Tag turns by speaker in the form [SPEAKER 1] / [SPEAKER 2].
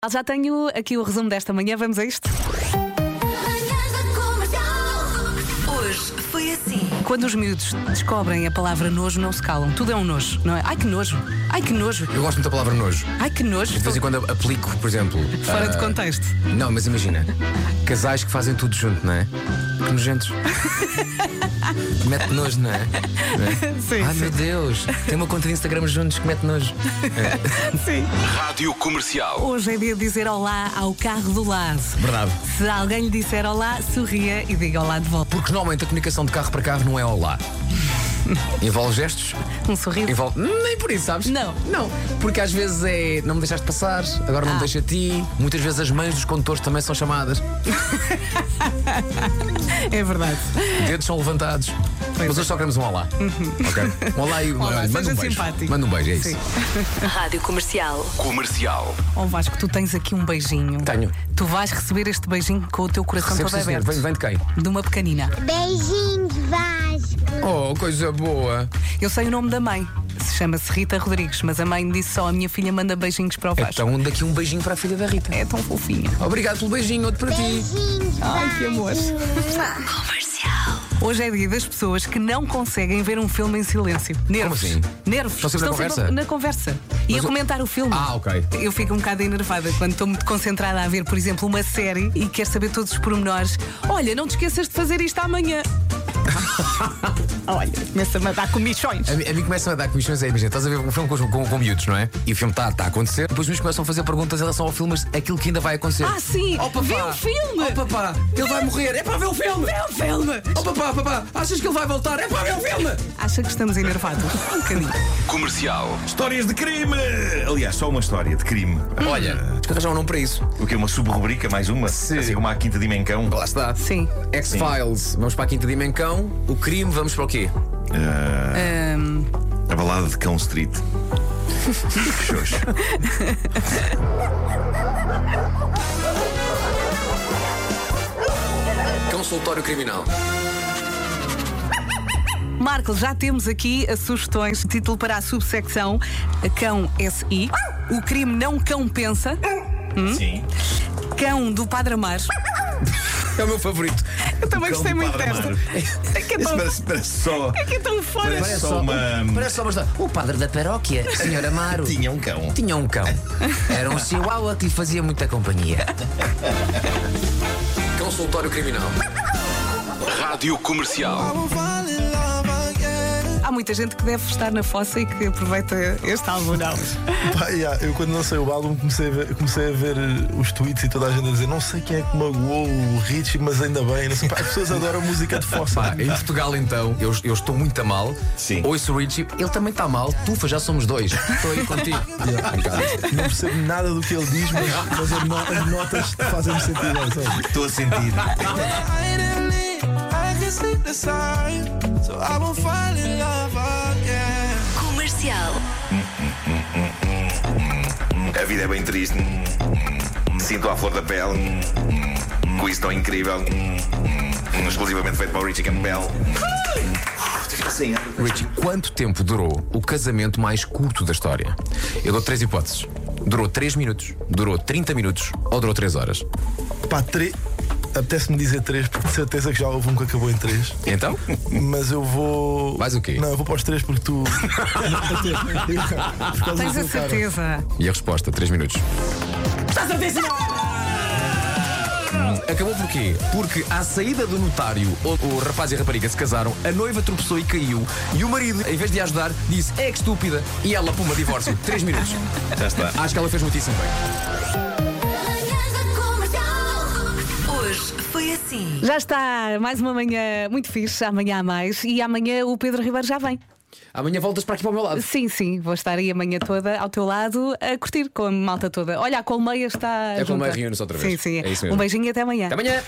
[SPEAKER 1] Ah, Já tenho aqui o resumo desta manhã, vamos a isto?
[SPEAKER 2] Manhãs da Comercial. Hoje foi assim.
[SPEAKER 1] Quando os miúdos descobrem a palavra nojo, não se calam. Tudo é um nojo, não é? Ai que nojo, ai que nojo,
[SPEAKER 3] Eu gosto muito da palavra nojo.
[SPEAKER 1] ai que nojo.
[SPEAKER 3] De vez em quando aplico, por exemplo.
[SPEAKER 1] Fora
[SPEAKER 3] ah,
[SPEAKER 1] de contexto.
[SPEAKER 3] Não, mas imagina. Casais que fazem tudo junto, não é? Que nojentos. mete nojo, não é? Não é?
[SPEAKER 1] Sim,
[SPEAKER 3] Ai meu Deus, tem uma conta de Instagram juntos que mete nojo.
[SPEAKER 1] sim.
[SPEAKER 4] Rádio Comercial.
[SPEAKER 1] Hoje é dia de dizer olá ao carro do lado.
[SPEAKER 3] Verdade.
[SPEAKER 1] Se alguém lhe disser olá, sorria e diga olá de volta.
[SPEAKER 3] Porque normalmente a comunicação de carro para carro não é olá. Envolve gestos,
[SPEAKER 1] Um sorriso.
[SPEAKER 3] envolve. Hum, Nem por isso, sabes?
[SPEAKER 1] Não.
[SPEAKER 3] Não. Porque às vezes é não me deixaste passar, agora não
[SPEAKER 1] Ah.
[SPEAKER 3] me deixa a ti. Muitas vezes as mães dos condutores também são chamadas.
[SPEAKER 1] É verdade.
[SPEAKER 3] Dedos são levantados. Mas hoje só queremos um olá. Ok? Um olá e um
[SPEAKER 1] Olá,
[SPEAKER 3] olha, manda
[SPEAKER 1] seja
[SPEAKER 3] um beijo.
[SPEAKER 1] simpático.
[SPEAKER 3] Manda um beijo, é isso.
[SPEAKER 1] Sim.
[SPEAKER 2] Rádio Comercial.
[SPEAKER 4] Comercial.
[SPEAKER 1] Ó Vasco, tu tens aqui um beijinho.
[SPEAKER 3] Tenho.
[SPEAKER 1] Tu vais receber este beijinho com o teu coração
[SPEAKER 3] Recebo,
[SPEAKER 1] todo
[SPEAKER 3] sim, senhor.
[SPEAKER 1] aberto.
[SPEAKER 3] Vem, vem de quem?
[SPEAKER 1] De uma pequenina.
[SPEAKER 5] Beijinhos, Vasco.
[SPEAKER 3] Oh, coisa boa.
[SPEAKER 1] Eu sei o nome da mãe. Se chama-se Rita Rodrigues, mas a mãe disse só: a minha filha manda beijinhos para o Vasco.
[SPEAKER 3] Então, daqui um beijinho para a filha da Rita.
[SPEAKER 1] É tão fofinha.
[SPEAKER 3] Obrigado pelo beijinho, outro para ti.
[SPEAKER 5] Beijinhos,
[SPEAKER 1] Ai, que amor. Hoje é dia das pessoas que não conseguem ver um filme em silêncio. Nervos.
[SPEAKER 3] assim?
[SPEAKER 1] Nervos.
[SPEAKER 3] Estão sempre na conversa?
[SPEAKER 1] na conversa. E
[SPEAKER 3] Mas
[SPEAKER 1] a
[SPEAKER 3] o-
[SPEAKER 1] comentar o filme.
[SPEAKER 3] Ah, ok.
[SPEAKER 1] Eu fico um bocado enervada quando estou muito concentrada a ver, por exemplo, uma série e quero saber todos os pormenores. Olha, não te esqueças de fazer isto amanhã. Olha, começa-me a dar comichões.
[SPEAKER 3] A, mim- a mim começam a dar comissões aí, imagina, estás a ver um filme com, os- com, com miúdos, não é? E o filme está tá a acontecer. Depois os miúdos começam a fazer perguntas em relação ao filme, mas aquilo que ainda vai acontecer.
[SPEAKER 1] Ah, sim!
[SPEAKER 3] Oh, papá.
[SPEAKER 1] Vê o filme!
[SPEAKER 3] Oh, papá, ele vai morrer! É para ver o filme!
[SPEAKER 1] Vê o filme!
[SPEAKER 3] Oh, papá, papá, achas que ele vai voltar? É para ver o filme!
[SPEAKER 1] Acha que estamos enervados? Um bocadinho.
[SPEAKER 4] Comercial.
[SPEAKER 6] Histórias de crime! Aliás, só uma história de crime.
[SPEAKER 3] Olha, tens que arranjar um nome para isso.
[SPEAKER 6] O que é uma subrubrica, mais uma?
[SPEAKER 3] Sim.
[SPEAKER 6] Assim como a quinta dimensão.
[SPEAKER 3] Lá está.
[SPEAKER 1] Sim.
[SPEAKER 3] X-Files, vamos para a quinta dimensão. O crime, vamos para o quê?
[SPEAKER 1] Ahm,
[SPEAKER 6] A balada de Cão Street. Que Xoxo.
[SPEAKER 3] Consultório criminal.
[SPEAKER 1] Marco, já temos aqui as sugestões. Título para a subsecção Cão SI. O crime não cão pensa.
[SPEAKER 6] Sim.
[SPEAKER 1] Cão do Padre Amar.
[SPEAKER 3] É o meu favorito.
[SPEAKER 1] Eu também
[SPEAKER 6] Cão
[SPEAKER 1] gostei
[SPEAKER 6] do
[SPEAKER 1] muito
[SPEAKER 6] Padre
[SPEAKER 1] desta.
[SPEAKER 6] Amaro.
[SPEAKER 1] É que é
[SPEAKER 6] Isso
[SPEAKER 1] tão,
[SPEAKER 6] parece, parece só.
[SPEAKER 1] é que é tão fora.
[SPEAKER 6] Parece só uma.
[SPEAKER 3] Parece só bastante. O padre da paróquia, Sr. Amaro,
[SPEAKER 6] Tinha um cão.
[SPEAKER 3] tinha um cão. Era um chihuahua que lhe fazia muita companhia. Consultório criminal.
[SPEAKER 4] Rádio Comercial.
[SPEAKER 1] Há muita gente que deve estar na fossa e que aproveita este álbum, não.
[SPEAKER 7] Pá, yeah, eu quando lancei o álbum comecei a, ver, comecei a ver eh, os tweets e toda a gente a dizer não sei quem é que magoou o Richie, mas ainda bem. Não sei, pá, as pessoas adoram música de força.
[SPEAKER 3] Pá, em Portugal, então, eu, eu estou muito a mal.
[SPEAKER 6] Sim.
[SPEAKER 3] Ouço o Richie, ele também está mal. Tufa, já somos dois. Estou aí contigo.
[SPEAKER 7] Não percebo nada do que ele diz, mas, mas as, no- as notas fazem-me sentido. sabe?
[SPEAKER 6] Estou a sentir.
[SPEAKER 2] Comercial.
[SPEAKER 6] A vida é bem triste. Sinto à flor da pele. Com isso tão incrível. Exclusivamente feito para o Richie Campbell. Sim,
[SPEAKER 3] Richie, quanto tempo durou o casamento mais curto da história? Eu dou três hipóteses. Durou 3 minutos, durou 30 minutos ou durou 3 horas?
[SPEAKER 7] Pá, tre- Apetece-me dizer três, porque de certeza que já houve um que acabou em três.
[SPEAKER 3] Então?
[SPEAKER 7] Mas eu vou.
[SPEAKER 3] Mais o quê?
[SPEAKER 7] Não, eu vou para os três porque tu. Por causa
[SPEAKER 1] Tens
[SPEAKER 7] do
[SPEAKER 1] a
[SPEAKER 7] teu cara.
[SPEAKER 1] certeza.
[SPEAKER 3] E a resposta, 3 minutos. Hum, Acabou por quê? Porque à saída do notário, onde o rapaz e a rapariga se casaram, a noiva tropeçou e caiu. E o marido, em vez de a ajudar, disse: É que estúpida. E ela, puma, divórcio. 3 minutos.
[SPEAKER 6] já está.
[SPEAKER 3] Acho que ela fez muitíssimo bem.
[SPEAKER 2] Manhãs da Comercial. Hoje foi assim.
[SPEAKER 1] Já está mais uma manhã muito fixe, amanhã há mais. E amanhã o Pedro Ribeiro já vem.
[SPEAKER 3] Amanhã voltas para aqui para o meu lado.
[SPEAKER 1] Sim, sim, vou estar aí a manhã toda ao teu lado a curtir com a malta toda. Olha, a colmeia está.
[SPEAKER 3] A colmeia
[SPEAKER 1] junta.
[SPEAKER 3] reúne-se outra vez.
[SPEAKER 1] Sim, sim.
[SPEAKER 3] É isso
[SPEAKER 1] um
[SPEAKER 3] mesmo.
[SPEAKER 1] beijinho e até amanhã.
[SPEAKER 3] Até amanhã!